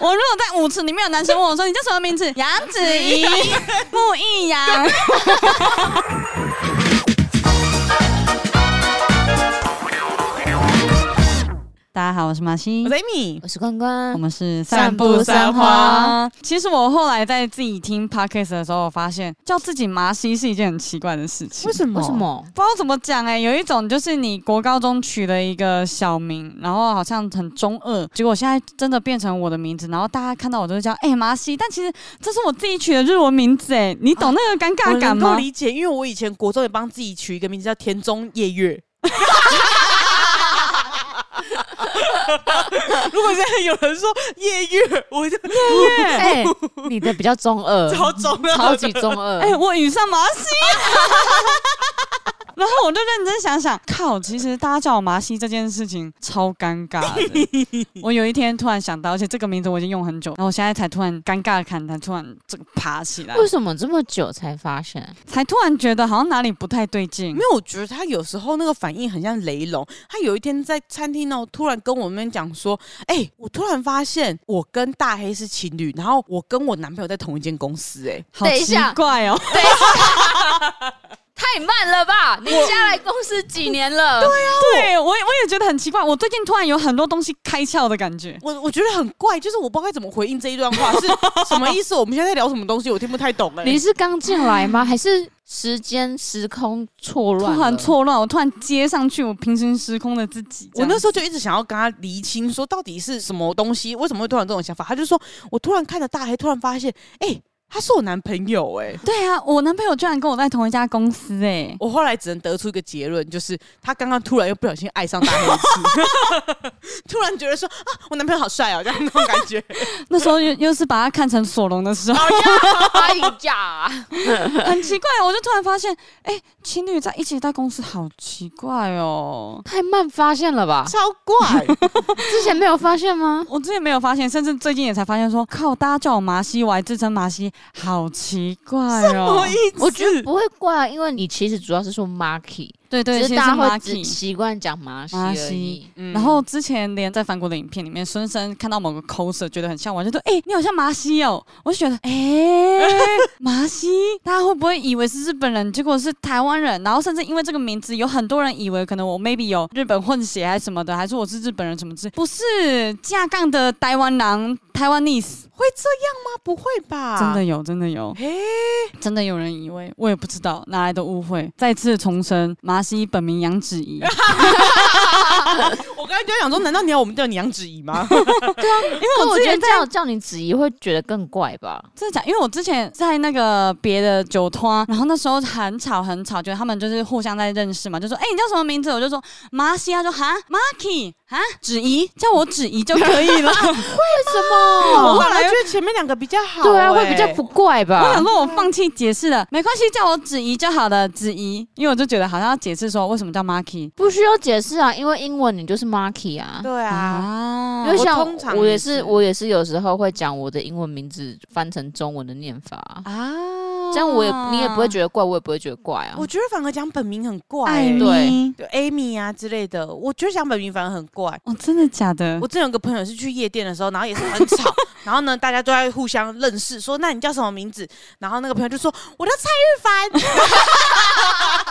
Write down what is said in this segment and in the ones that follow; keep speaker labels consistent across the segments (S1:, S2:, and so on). S1: 我如果在舞池里面有男生问我说：“你叫什么名字？”杨子怡，木易阳。 大家好，我是马西
S2: 我，是 Amy，
S3: 我是关关，
S1: 我们是
S2: 散步三花。
S1: 其实我后来在自己听 podcast 的时候，我发现叫自己麻西是一件很奇怪的事情。
S2: 什
S3: 为什？么？
S1: 不知道怎么讲哎、有一种就是你国高中取了一个小名，然后好像很中二，结果现在真的变成我的名字，然后大家看到我都叫哎、麻西，但其实这是我自己取的日文名字哎、你懂那个尴
S2: 我
S1: 尬感
S2: 能
S1: 吗？
S2: 够理解，因为我以前国中也帮自己取一个名字叫田中夜月。 如果现在有人说夜月，我就
S3: 哎、你的比较中二，
S2: 超中了。
S3: 超级中二。
S1: 哎、我遇上麻西。啊 然后我就认真想想，靠，其实大家叫我麻西这件事情超尴尬的。我有一天突然想到，而且这个名字我已经用很久，然后我现在才突然尴尬的看，才突然这个爬起来，
S3: 为什么这么久才发现？
S1: 才突然觉得好像哪里不太对劲
S2: 没。有，我觉得他有时候那个反应很像雷龙。他有一天在餐厅哦，突然跟我们讲说：“哎、我突然发现我跟大黑是情侣，然后我跟我男朋友在同一间公司、哎，
S1: 好
S3: 等一
S1: 奇
S3: 下
S1: 怪哦，
S3: 太慢了吧！你加来公司几年了？ 对啊呀、
S1: 对我也我也觉得很奇怪。我最近突然有很多东西开窍的感觉。
S2: 我我觉得很怪，就是我不知道该怎么回应这一段话是 什么意思。我们现在在聊什么东西，我听不太懂哎、
S3: 你是刚进来吗？还是时间时空错
S1: 突
S3: 乱？
S1: 然。 错乱，我突然接上去我平行时空的自己。
S2: 我那
S1: 时
S2: 时候就一直想要跟他厘清，说到底是什么东西，为什么会突然这种想法？他就说，我突然看着大黑，突然发现，哎、他是我男朋友、哎。
S1: 对啊，我男朋友居然跟我在同一家公司哎、
S3: 哦
S2: 我后来只能得出一个结论，就是他刚刚突然又不小心爱上大黑一次， 突然觉得说啊，我男朋友好帅哦，这样那种感 觉。
S1: 那时候又又是把他看成索隆的时候，
S3: 哎呀，
S1: 很奇怪，我就突然发现，哎、情侣在一起在公司好奇怪哦。
S3: 太慢发现了吧？
S2: 超 怪，
S3: 之前没有发现吗？
S1: 我之前没有发现，甚至最近也才发现说，靠，大家叫我麻西，我还自称麻西，好奇怪哦
S2: 我。一
S3: 哎我觉得不会怪啊，因为你其实主要是说 Marky，
S1: 对对，其
S3: 只是
S1: 实
S3: 大家
S1: 麻
S3: 会
S1: 西
S3: 只习惯讲马西
S1: 马
S3: 而
S1: 西
S3: 已。
S2: 嗯
S1: 然后之前连在韩国的影片里面，孙生看到某个 coser 觉得很像我，就说：“哎、你好像麻西哦。”我就觉得：“哎、麻西，大家会不会以为是日本人？结果是台湾人？然后甚至因为这个名字，有很多人以为可能我 maybe 有日本混血还是什么的，还是我是日本人什么之类。不是架杠的台湾狼，台湾 nice，
S2: 会这样吗？不会吧？
S1: 真的有，真的有，
S2: 嘿
S1: 真的有人以为，我也不知道哪来的误会。再次重申，麻西本名杨子怡。
S2: 我刚才就想说，难道你要我们叫你杨子怡吗？
S3: 因为
S1: 我
S3: 我
S1: 之
S3: 觉
S1: 前
S3: 得叫叫你子怡会觉得更怪吧？
S1: 真的假？因为我之前在那个别的酒托，然后那时候很吵很吵，觉得他们就是互相在认识嘛，就说：“哎、你叫什么名字？”我就说：“马西亚。”就哈 Marky 哈子怡，叫我子怡就可以了。
S3: 什么？
S2: 我本来觉得前面两个比较好、
S3: 哦对啊，
S2: 哎
S3: 会比较不怪
S1: 我想
S3: 吧？
S1: 说，我放弃解释了，没关系，叫我子怡就好了，子怡。因为我就觉得好像要解释说为什么叫 Marky
S3: 不需要解释啊，因为英文你就是 Marky 啊。
S2: 对啊，
S1: 啊
S3: 因为
S2: 我
S3: 像
S2: 通常
S3: 我
S2: 也
S3: 也
S2: 是
S3: 是，我也是有时候会讲我的英文名字翻成中文的念法啊，
S1: 啊，
S3: 这样我也你也不会觉得怪，我也不会觉得怪啊
S2: 我。觉得反而讲本名很怪、
S1: 爱
S2: 哎
S1: 你
S2: 对
S3: 对。
S2: Amy 啊之类的，我觉得讲本名反而很怪。
S1: 哦，真的假的
S2: 我？之前有个朋友是去夜店的时候，然后也是很吵，然后呢，大家都在互相认识，说那你叫什么名字？然后那个朋友就说我叫蔡玉凡。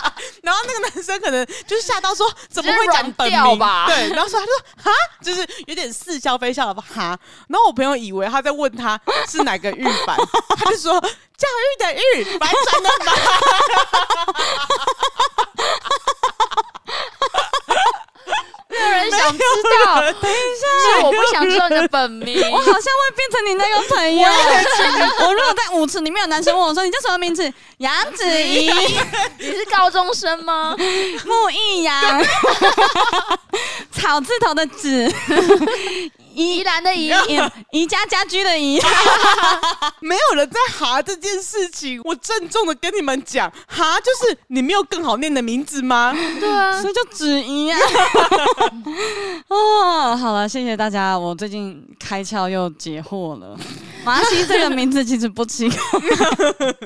S2: 然后那个男生可能就是吓到说怎么会讲本
S3: 直接软掉
S2: 名
S3: 吧
S2: 对，然后说他就说哈，就是有点似笑非笑的吧哈。然后我朋友以为他在问他是哪个玉凡，他就说教育的育，凡尘的凡。
S3: 没有人想知道，等一 下，是我不想知道你的本名。
S1: 我好像会变成你那个朋友。我如果在舞池里面有男生问我说：“你叫什么名字？”杨子怡。
S3: 你是高中生吗？
S1: 木易阳，草字头的子，
S3: 宜兰的宜，啊
S1: 宜家家居的宜，
S2: 没有人在哈这件事情，我郑重的跟你们讲，哈就是你没有更好念的名字 吗？
S3: 对啊
S1: 所，以就子怡啊。 哦，好了，谢谢大家，我最近开窍又解惑了。马西这个名字其实不轻，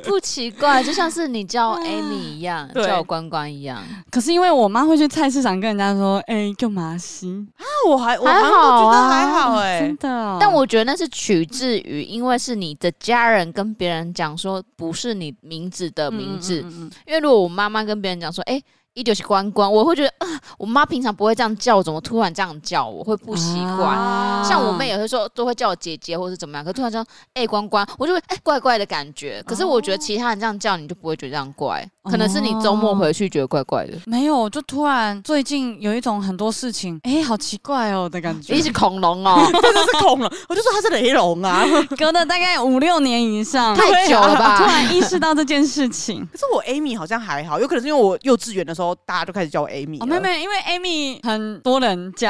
S3: 不奇怪，就像是你叫 Amy 一样，
S2: 对
S3: 叫我关关一样，
S1: 可是因为我妈会去菜市场跟人家说，哎、叫马西，
S2: 那我还我
S3: 还
S2: 好像
S3: 好
S2: 觉得
S3: 啊
S2: 还好
S1: 哦
S2: 哎、
S1: 真的哦、
S3: 但我觉得那是取自于，因为是你的家人跟别人讲说不是你名字的名字，
S1: 嗯嗯嗯嗯
S3: 因为如果我妈妈跟别人讲说，哎、一九是关关，我会觉得，啊、我妈平常不会这样叫我，怎么突然这样叫我，会不习惯。
S1: 啊
S3: 像我妹也会说，都会叫我姐姐或是怎么样，可突然这样，哎、关关，我就会哎、怪怪的感觉。可是我
S1: 哦
S3: 觉得其他人这样叫你就不会觉得这样怪，可能是你周末回去觉得怪怪的，
S1: 没有，就突然最近有一种很多事情，哎、好奇怪哦的感觉
S3: 你，是恐龙哦，
S2: 真的是恐龙，啊我就说他是雷龙啊。
S1: 隔了大概五六年以上，
S3: 太久了
S1: 啊突
S3: 吧？
S1: 然意识到这件事 情。
S2: 可是我 Amy 好像还好，有可能是因为我幼稚园的时候大家就开始叫我 Amy 了。
S1: 哦，没有没有，因为 Amy 很多人叫，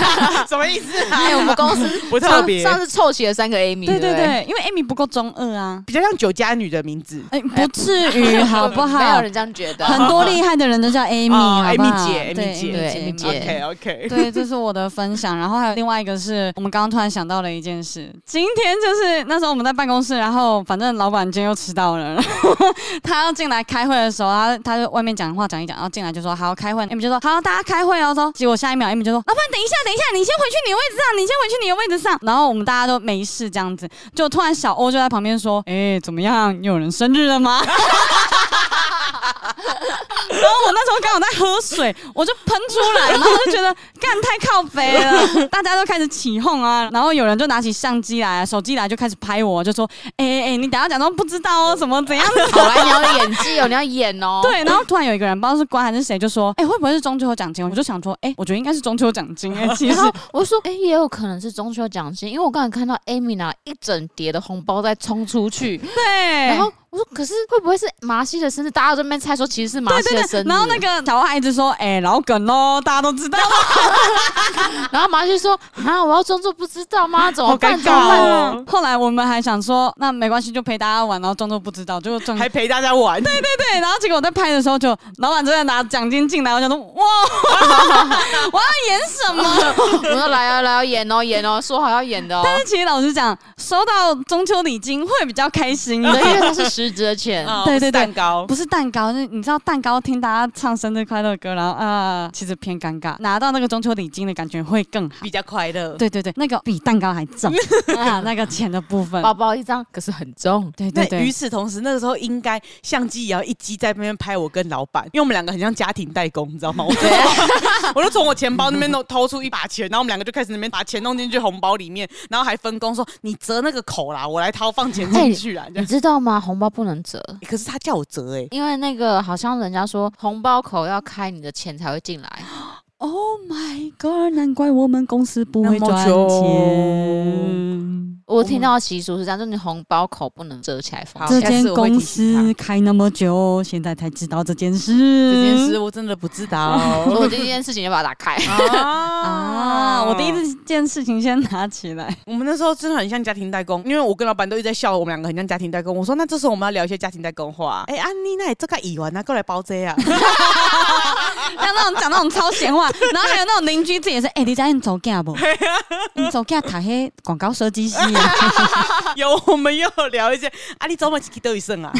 S2: 什么意思啊？
S3: 哎，我们公司
S2: 不特
S3: 上
S2: 别，
S3: 上次凑齐了三个 Amy，
S1: 对
S3: 不
S1: 对对，因为 Amy 不够中二啊，
S2: 比较像酒家女的名字。
S1: 哎、不至 于好不
S3: 没有
S1: 好？
S3: 人这样觉得。
S1: 很多厉害的人都叫 Amy，
S2: 哦
S1: 好不好
S2: Amy 姐
S1: 对
S2: Amy 姐
S3: 对
S1: Amy 姐
S3: Amy 姐
S2: OK OK，
S1: 对，这是我的分享。然后还有另外一个是我们刚刚突然想到了一件事，今天就是那时候我们在办公室，然后反正老板今天又迟到了，然后 他要进来开会的时候，他他就外面讲话讲一讲，然后进来就说好开会，M 就说好大家开会哦，说结果下一秒 M 就说老板等一下等一下，你先回去你的位置上，你先回去你的位置上。然后我们大家都没事这样子，就突然小欧就在旁边说，哎、怎么样，有人生日了吗？然哦后我那时候刚好在喝水，我就喷出来，然后就觉得干太靠北了，大家都开始起哄啊，然后有人就拿起相机来、手机来就开始拍我，就说：“哎哎哎，你等下假装不知道哦，什么怎样的
S3: 好啦，你要演技哦，你要演哦。
S1: 对， 然后突然有一个人不知道是关还是谁，就说：“哎、会不会是中秋奖金？”我就想说：“哎、我觉得应该是中秋奖金。”哎，其
S3: 然
S1: 实
S3: 后我说，哎、也有可能是中秋奖金，因为我刚才看到 Amy 拿一整叠的红包在冲 出去，
S1: 对，
S3: 然后我说，可是会不会是麻西的生日？大家都在那边猜说其实是麻
S1: 对
S3: 西的
S1: 对
S3: 生
S1: 对
S3: 日，，
S1: 然后那个小孩子说：“哎、老梗喽，大家都知 道了。
S3: 然后麻西说，啊，我要装作不知道吗？怎么
S2: 好
S3: 办？
S2: 尴
S3: 怎么办？
S2: 尬哦
S1: 后来我们还想说，那没关系，就陪大家玩，然后装作不知道，就装
S2: 还陪大家玩。对 对，
S1: 对，然后结果我在拍的时候就，老板正在拿奖金进来，我想说哇， 我要演什么？
S3: 我说来啊来啊，演哦演哦，说好要演的 哦，
S1: 但是其实老实讲，收到中秋礼金会比较开心
S3: 对，
S1: 的。
S3: 因为它是实质的 钱。
S1: 对对对
S2: 哦蛋糕
S1: 不是蛋糕，就是你知道蛋糕听大家唱生日快乐歌，然后啊、其实偏尴尬。拿到那个中秋礼金的感觉会更好。
S2: 比较快乐。
S1: 对对对，那个比蛋糕还 重啊，那个钱的部分。
S3: 包包一张，可是很重。
S1: 对对
S2: 那与
S1: 对，
S2: 此同时，那个时候应该相机也要一机在那边拍我跟老板，因为我们两个很像家庭代工，你知道吗？我就我就从 我钱包那边弄掏出一把钱，然后我们两个就开始那边把钱弄进去红包里面，然后还分工说你折那个口啦，我来掏放钱进去啦。这
S3: 你
S2: 样
S3: 知道吗？红包不能折，
S2: 欸可是他叫我折哎、
S3: 因为那个好像人家说红包口要开，你的钱才会进来。
S1: Oh my god！难怪我们公司不会
S2: 那么
S1: 赚钱
S2: 穷。
S3: 我听到的习俗是这样，就是你红包口不能折起来放
S2: 好
S1: 这
S3: 起来。
S1: 间
S2: 下次我会
S1: 公
S2: 提醒他
S1: 司开那么久，现在才知道这件事。
S2: 这件事我真的不知
S3: 所以
S2: 道
S3: 我这件事情就把它打 开。
S1: 啊，
S2: 啊
S1: 我第一次件事情先拿起来。
S2: 我们那时候真的很像家庭代工，因为我跟老板都一直在笑我们两个很像家庭代工。我说那这时候我们要聊一些家庭代工话。哎、安妮，那你这个乙烷啊，过来包这啊。
S1: 像那种讲那种超闲话，然后还有那种邻居自己也是，哎、你家你走架不？你走架打黑广告设计系，
S2: 有，我们又聊一些啊，你周末去都一胜啊，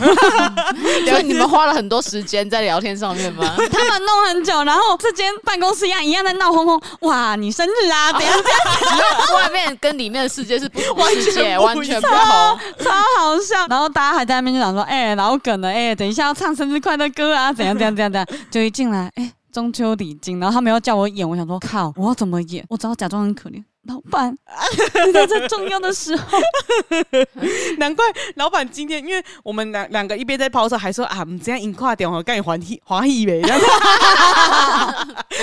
S3: 所以你们花了很多时间在聊天上面 吗？
S1: 他们弄很久，然后这间办公室一样一样在闹哄哄。哇，你生日啊？等一下
S3: 外面跟里面的世界是不同世界，
S2: 完
S3: 完
S2: 全
S3: 全
S2: 不一
S3: 不同。
S1: 超好笑。然后大家还在那边就讲说，哎、老梗了，哎、等一下要唱生日快乐歌啊，怎样怎样怎样怎样，就一进来，哎、中秋礼金，然后他们要叫我演，我想说，靠，我要怎么演？我只好假装很可怜。老 板，
S3: 哎
S1: 你在这重要的时候，
S2: 难怪老板今天，因为我们两两个一边在抛售，还说啊，我们这样赢跨点，我跟你还喜还喜呗，这样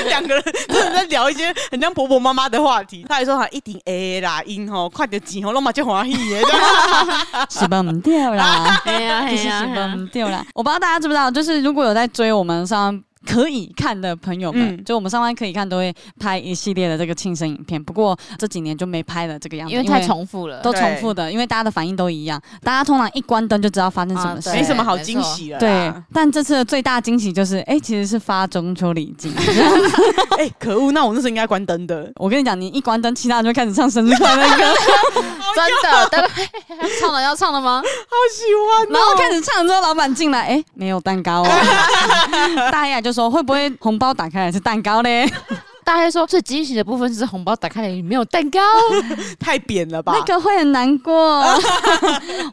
S2: 两个人真的在聊一些很像婆婆妈妈的话题。他还说啊，一定 A 啦，赢吼，快点钱吼，哦弄嘛就欢喜 耶。这样
S1: 是吧？唔掉啦。
S3: 哎呀
S1: 就是什么？掉啦！我不知道大家知不知道，就是如果有在追我们上可以看的朋友们，
S2: 嗯
S1: 就我们上班可以看都会拍一系列的这个庆生影片，不过这几年就没拍了这个样子，
S3: 因为太重复了，
S1: 都
S2: 对
S1: 重复的，因为大家的反应都一样，大家通常一关灯就知道发生什么
S3: 啊
S1: 事。
S3: 对
S2: 没什么好惊喜了。
S1: 对，，但这次的最大惊喜就是，哎、其实是发中秋礼金。
S2: 哎，可恶，那我那时候应该关灯的。
S1: 我跟你讲，你一关灯，其他人就会开始唱生日快乐歌，
S3: 真的，但 唱了要唱了吗？
S2: 好喜欢
S1: 然后开始唱之后，老板进来，哎、没有蛋糕哦。 大家就说会不会红包打开来是蛋糕嘞？
S3: 大家说最惊喜的部分是红包打开来没有蛋糕，
S2: 太扁了吧？
S1: 那个会很难过，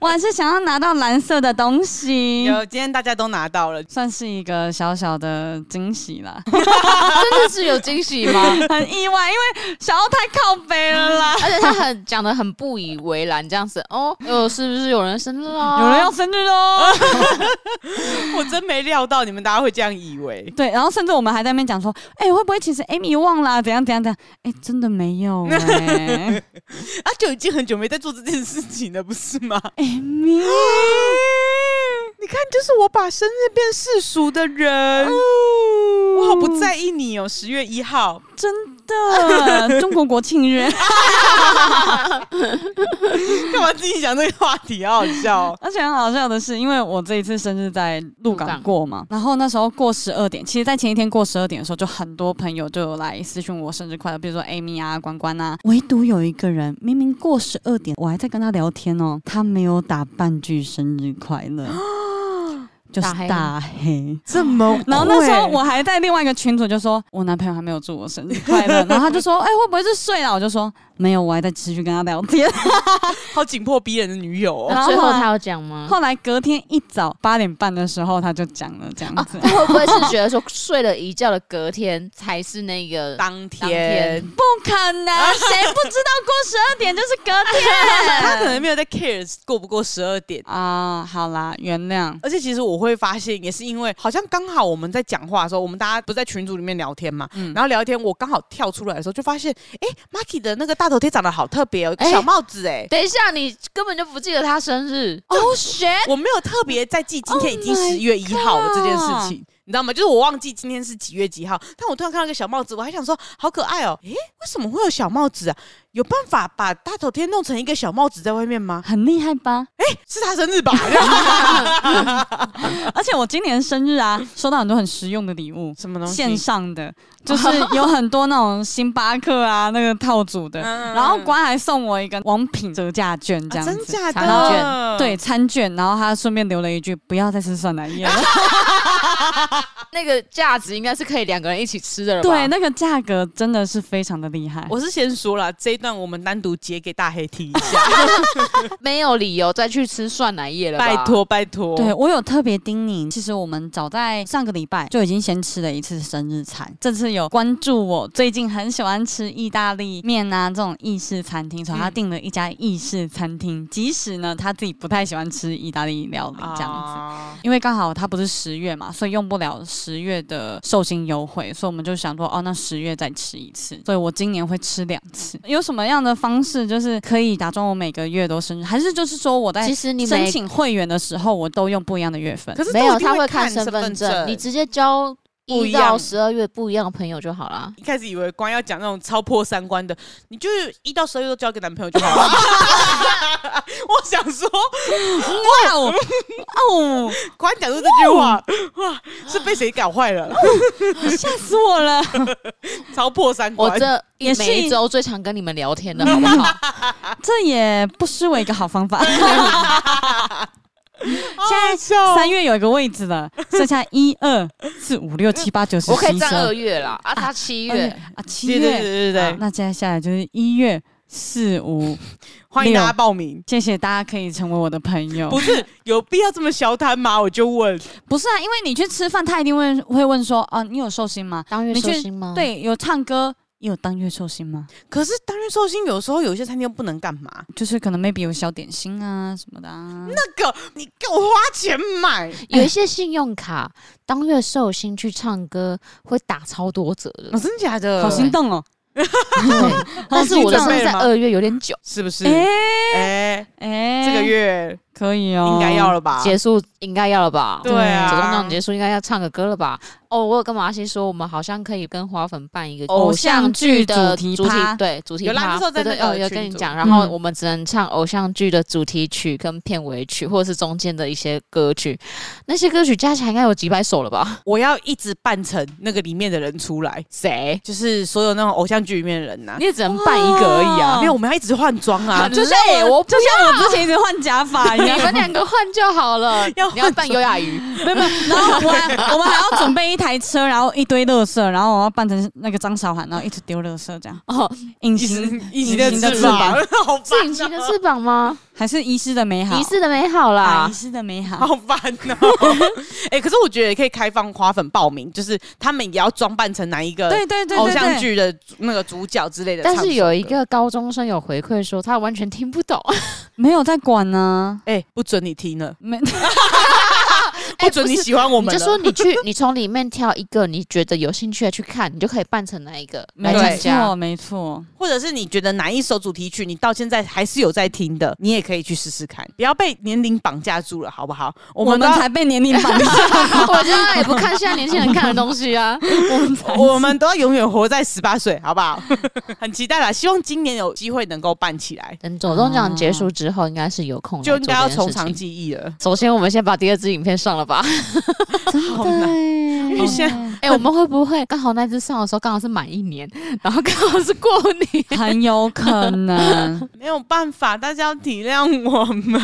S1: 我还是想要拿到蓝色的东西。
S2: 有，今天大家都拿到了，
S1: 算是一个小小的惊喜啦，
S3: 真的是有惊喜吗？
S1: 很意外，因为小奥太靠北了啦。
S3: 而且他很讲的很不以为然，这样子哦，呃，是不是有人生日啊啦？
S1: 有人要生日喽！
S2: 我真没料到你们大家会这样以为。
S1: 对，然后甚至我们还在那边讲说，哎、会不会其实 Amy 忘了啊、怎样怎样怎样？哎、真的没 有、欸、
S2: 啊，就已经很久没在做这件事情了，不是 吗？嗯
S1: ，Amy，
S2: 你看，就是我把生日变世俗的人，哦我好不在意你哦。十月一号，
S1: 真的，中国国庆日，
S2: 干嘛自己讲这个话题？好好笑、哦。
S1: 而且很好笑的是，因为我这一次生日在鹿
S3: 鹿
S1: 港
S3: 港
S1: 过嘛，然后那时候过十二点，其实，在前一天过十二点的时候，就很多朋友就有来私讯我生日快乐，比如说 Amy 啊、关关啊，唯独有一个人明明过十二点，我还在跟他聊天哦，他没有打半句生日快乐，就是
S3: 大黑
S1: 大黑。
S2: 这么
S1: 然后那时候我还在另外一个群组，就说我男朋友还没有祝我生日快乐，然后他就说，哎、会不会是睡了？我就说没有，我还在持续跟他聊天。
S2: 好紧迫逼人的女友、哦，
S3: 那最后他有讲吗？
S1: 后来隔天一早八点半的时候，他就讲了这样
S3: 啊，
S1: 子。
S3: 他会不会是觉得说睡了一觉的隔天才是那个？
S2: 当
S3: 当
S2: 天
S3: 天。
S1: 不可能， 谁不知道过十二点就是隔
S2: 他可
S1: 天？
S2: 能没有在 care 过不过十二点，
S1: 啊、好啦，原谅。
S2: 而且其实我会发现，也是因为好像刚好我们在讲话的时候，我们大家不是在群组里面聊天嘛，然后聊天我刚好跳出来的时候，就发现，哎、m a k i 的那个大头贴长得好特别哦，有个
S3: 哎
S2: 小帽子哎、
S3: 等一下，你根本就不记得他生日，
S1: Oh shit！
S2: 我没有特别在记今天已经
S1: Oh my
S2: 十月一号了
S1: God
S2: 这件事情。你知道吗？就是我忘记今天是几月几号，但我突然看到一个小帽子，我还想说好可爱哦、诶，为什么会有小帽子啊？有办法把大头贴弄成一个小帽子在外面吗？
S1: 很厉害吧？
S2: 是他生日吧？
S1: 而且我今年生日啊，收到很多很实用的礼物，
S2: 什么东西？
S1: 线上的，就是有很多那种星巴克啊那个套组的，
S2: 嗯
S1: 然后关还送我一个王品折价券这样
S2: 啊
S1: 子，
S2: 真假
S3: 长条
S2: 的？
S1: 对，餐券，然后他顺便留了一句不要再吃酸奶 液了，
S3: 那个价值应该是可以两个人一起吃的了吧？
S1: 对，那个价格真的是非常的厉害。
S2: 我是先说了这一段，我们单独截给大黑听一下，
S3: 没有理由再去吃蒜奶液了吧，
S2: 拜托拜托。
S1: 对，我有特别叮咛，其实我们早在上个礼拜就已经先吃了一次生日餐。这次有关注我最近很喜欢吃意大利面啊这种意式餐厅，所以他
S2: 嗯
S1: 订了一家意式餐厅。即使呢他自己不太喜欢吃意大利料理这样子，
S2: 啊
S1: 因为刚好它不是十月嘛，所以用不了十月的寿星优惠，所以我们就想说，哦，那十月再吃一次。所以我今年会吃两次。有什么样的方式就是可以打中我每个月都生日，还是就是说我在
S3: 其实你
S1: 申
S3: 每
S1: 请会员的时候，我都用不一样的月 份？
S2: 可是
S3: 没
S2: 都
S3: 有
S2: 一定
S3: 他会
S2: 看
S3: 看身份
S2: 份
S3: 证，你直接交
S2: 不一
S3: 一到
S2: 样
S3: 十二月不一样的朋友就好 啦。
S2: 一开始以为光要讲那种超破三观的，你就是一到十二月都交给男朋友就好了。 我想说，
S1: 哇哦哦，
S2: 光讲出这句话，哇，是被谁搞坏了？
S1: 吓死我了！
S2: 超破三
S3: 我
S2: 观，
S3: 这
S1: 也是
S3: 每一周最常跟你们聊天的好不好？
S1: 这也不失为一个好方法。
S2: 在
S1: 三月有一个位置了，剩下一二四五六七八九十
S3: 我可
S1: 十
S3: 以
S1: 一
S3: 站
S1: 十
S3: 二
S1: 二
S3: 月啦，啊，他七
S1: 二
S3: 月
S1: 月，啊，七
S2: 对对对
S1: 月。
S2: 对对
S1: 啊那接下来就是一月四五，
S2: 欢迎大家报名。
S1: 谢谢大家可以成为我的朋友。
S2: 不是有必要这么小摊吗？我就问，
S1: 不是啊，因为你去吃饭，他一定会会问说，啊，你有寿星吗？
S3: 当月
S1: 你
S3: 寿
S1: 去
S3: 星吗？，
S1: 对，有唱歌，也有当月寿星吗？
S2: 可是当月寿星有时候有一些餐厅不能干嘛？
S1: 就是可能 maybe 有小点心啊什么的啊。
S2: 那个你给我花钱买，
S3: 有一些信用卡当月寿星去唱歌会打超多折
S2: 哦、
S3: 的，
S2: 真假的？
S1: 好心动哦！
S3: 对。但是我的生日在二月有点久，
S2: 是不是？
S1: 哎
S2: 哎、
S1: 哎，
S2: 这个月
S1: 可以哦，
S2: 应该要了吧？
S3: 结束应该要了吧？嗯
S2: 对
S1: 对
S3: 走动那
S2: 啊
S3: 种，结束应该要唱个歌了吧？哦，我有跟马西说，我们好像可以跟花粉办一个
S1: 偶像剧
S3: 的
S1: 主题
S3: 主题
S1: 趴
S3: 对主题
S2: 有啦
S3: 趴
S2: 那时候在
S3: 对对
S2: 那个
S3: 哦有
S2: 群
S3: 跟你
S2: 组
S3: 讲，然后
S1: 嗯
S3: 我们只能唱偶像剧的主题曲跟片尾曲，或者是中间的一些歌曲，那些歌曲加起来应该有几百首了吧？
S2: 我要一直扮成那个里面的人出来，
S3: 谁？
S2: 就是所有那种偶像剧里面的人呐、
S3: 你也只能办一个而已啊
S1: 哇
S2: 没有，我们要一直换装啊
S3: 很，就像
S1: 累
S3: 我
S1: 就像我之前一直换假 发一
S3: 你
S1: 样，
S3: 们两个换就好了，
S2: 要
S3: 你要扮
S2: 换
S3: 优雅鱼，
S1: 然后我还 我们还要准备一台车，然后一堆垃圾，然后我要扮成那个张韶涵，然后一直丢垃圾这样。
S3: 哦，
S1: 隐
S2: 一
S1: 形
S2: 直一直的
S1: 隐形的
S2: 翅
S1: 翅
S2: 膀
S1: 膀，
S2: 好
S3: 是隐形
S2: 烦
S3: 的
S2: 哦、
S3: 翅膀吗？
S1: 还是遗失的美好？
S3: 遗失的美啊好
S1: 啊，
S3: 啦
S1: 遗，失的美好。
S2: 好烦哦、哎、可是我觉得也可以开放花粉报名，就是他们也要装扮成哪一个
S1: 对对对
S2: 偶
S1: 对
S2: 像
S1: 对，
S2: 剧的主那个主角之类的。
S3: 但是有一，个高中生有回馈说，他完全听不 懂，
S1: 没有在管啊呢，
S2: 哎、不准你听了，
S1: 没
S2: 不准你
S3: 喜。
S2: 喜欢我
S3: 哎你
S2: 们了。
S3: 就说你去， 你从里面挑一个你觉得有兴趣的去看，你就可以扮成那一个来
S1: 没
S3: 参
S1: 错
S3: 加。
S1: 没错，
S2: 或者是你觉得哪一首主题曲你到现在还是有在听的，你也可以去试试看，不要被年龄绑架住了，好不好？我
S1: 我
S2: 们
S1: 们
S2: 都要
S1: 才被年龄绑 架，
S3: 我觉得也不看现在年轻人看的东西啊，
S1: 我们才
S2: 我们都要永远活在十八岁，好不好？ 很期待啦，希望今年有机会能够办起 来，
S3: 等走动奖结束之后，应该是有空来
S2: 就
S3: 做
S2: 应该要
S3: 这件
S2: 从
S3: 事
S2: 长
S3: 情。
S2: 计议了。
S3: 首先，我们先把第二支影片上 了吧。
S2: 好 难，因为现
S1: 在
S3: 哎、我们会不会刚好那支上的时候刚好是满一年， 然后刚好是过年？
S1: 很有可能。
S2: 没有办法，大家要体谅我们。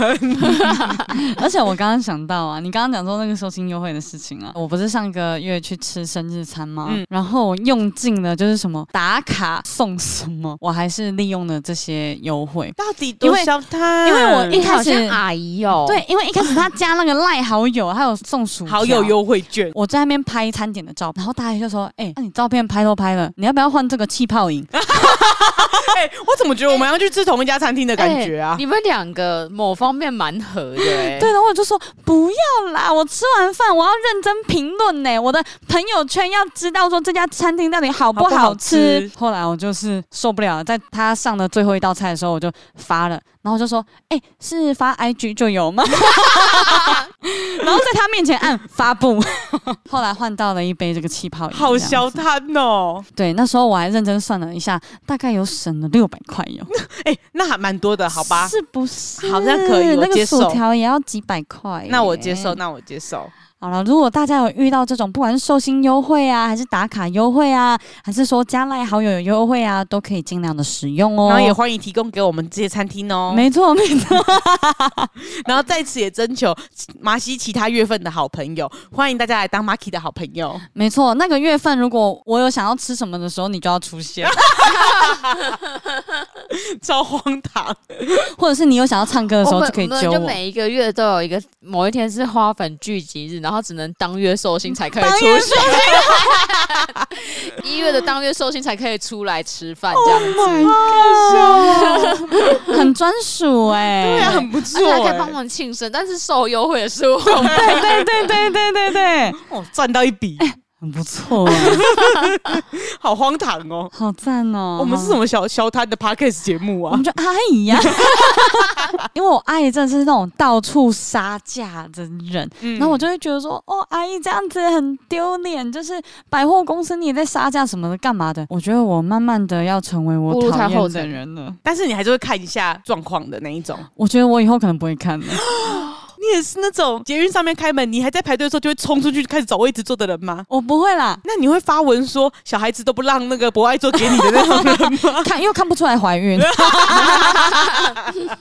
S1: 而且我刚刚想到啊，你刚刚讲说那个收金优惠的事情啊，我不是上个月去吃生日餐吗？
S2: 嗯
S1: 然后我用尽了就是什么打卡送什么，我还是利用了这些优惠。
S2: 到底多少他？
S1: 因为我 一
S3: 你好
S1: 开始
S3: 像阿姨哦、
S1: 对，，因为一开始他加那个赖好友，还有送薯条
S2: 好友。优惠券，
S1: 我在那边拍餐点的照片，然后大家就说：“哎、那、你照片拍都拍了，你要不要换这个气泡饮？
S2: 哎、我怎么觉得我们要去吃同一家餐厅的感觉啊？
S3: 你们两个某方面蛮合的、欸。
S1: 对，然后我就说：“不要啦，我吃完饭我要认真评论呢，我的朋友圈要知道说这家餐厅到底好不
S2: 好不好
S1: 好吃。
S2: 吃
S1: 后来我就是受不了了，在他上的最后一道菜的时候，我就发了，然后就说：“哎、是发 IG 就有 吗？”然后在他面前按发 布，后来换到了一杯这个气泡饮，
S2: 哎好
S1: 这样子
S2: 消摊哦！
S1: 对，那时候我还认真算了一下，大概有省了六百块哟，
S2: 哎、那还蛮多的，好吧？
S1: 是不是？
S2: 好像可以我
S1: 那个
S2: 接受
S1: 薯条也要几百块耶，
S2: 那我接受，那我接受。
S1: 好了，如果大家有遇到这种，不管是寿星优惠啊，还是打卡优惠啊，还是说加赖好友有优惠啊，都可以尽量的使用哦。
S2: 然后也欢迎提供给我们这些餐厅哦。
S1: 没错，没错，
S2: 然后在此也征求马西其他月份的好朋友，欢迎大家来当马 a 的好朋友。
S1: 没错。那个月份，如果我有想要吃什么的时候，你就要出现；
S2: 超荒唐，
S1: 或者是你有想要唱歌的时
S3: 我
S1: 候，
S3: 们
S1: 就可以
S3: 我们
S1: 揪
S3: 就
S1: 我。
S3: 每一个月都有一个某一天是花粉聚集日，然后只能当月寿星才
S1: 哎
S3: 可以
S2: 哎
S3: 出现。 一月的当月寿星才可以出来吃饭这样
S1: Oh
S3: 子。
S1: 哦很专属哎。
S2: 对 啊，很不
S3: 而
S2: 错、
S3: 且还可以帮我
S2: 欸，
S3: 们庆生，但是受优惠的是我们。
S2: 啊
S1: 对对对对对对，
S2: 哦，赚到一笔，
S1: 很不错哎，
S2: 好荒唐哦！
S1: 好赞哦。
S2: 我们是
S1: 好
S2: 什么小小摊的 podcast 节目
S1: 我
S2: 啊
S1: 们？就阿姨 呀、 因为我阿姨真的是那种到处杀价的人，
S2: 嗯
S1: 然后我就会觉得说，哦，阿姨这样子很丢脸，就是百货公司你也在杀价什么的，干嘛的？我觉得我慢慢的要成为
S3: 步
S1: 我
S3: 入她
S1: 讨
S3: 后
S1: 厌的
S3: 尘
S1: 人了。
S2: 但是你还是会看一下状况的那一种。
S1: 我觉得我以后可能不会看了。
S2: 你也是那种捷运上面开门，你还在排队的时候就会冲出去开始找位置坐的人吗？
S1: 我不会啦，
S2: 那你会发文说小孩子都不让那个博爱座给你的那种人吗？
S1: 看又看不出来怀孕，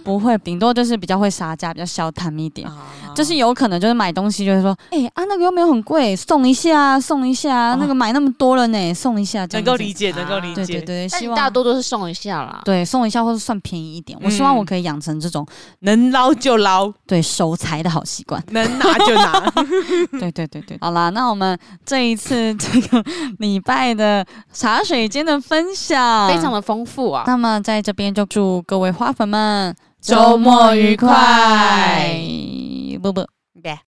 S1: 不会，顶多就是比较会杀价，比较小谈一
S2: 啊
S1: 点。就是有可能就是买东西就会说，哎、啊那个又没有很贵，送一下啊，送一下啊，
S2: 哦
S1: 那个买那么多了呢，送一下，这
S2: 能
S1: 样
S2: 够
S1: 子
S2: 理解，能够理
S1: 对
S2: 解，
S1: 对对，
S3: 但
S1: 希
S3: 你大
S1: 望
S3: 多都是送一下啦。
S1: 对送一下或者算便宜一点。我希望
S2: 嗯
S1: 我可以养成这种
S2: 能捞就捞，。
S1: 对守财的好习惯
S2: 能拿就拿。
S1: 对对对对，好啦，那我们这一次 这个礼拜的茶水间的分享
S3: 非常。的丰富啊！
S1: 那么在这边就祝各位花粉们
S2: 周末愉快
S1: 不不。
S2: 对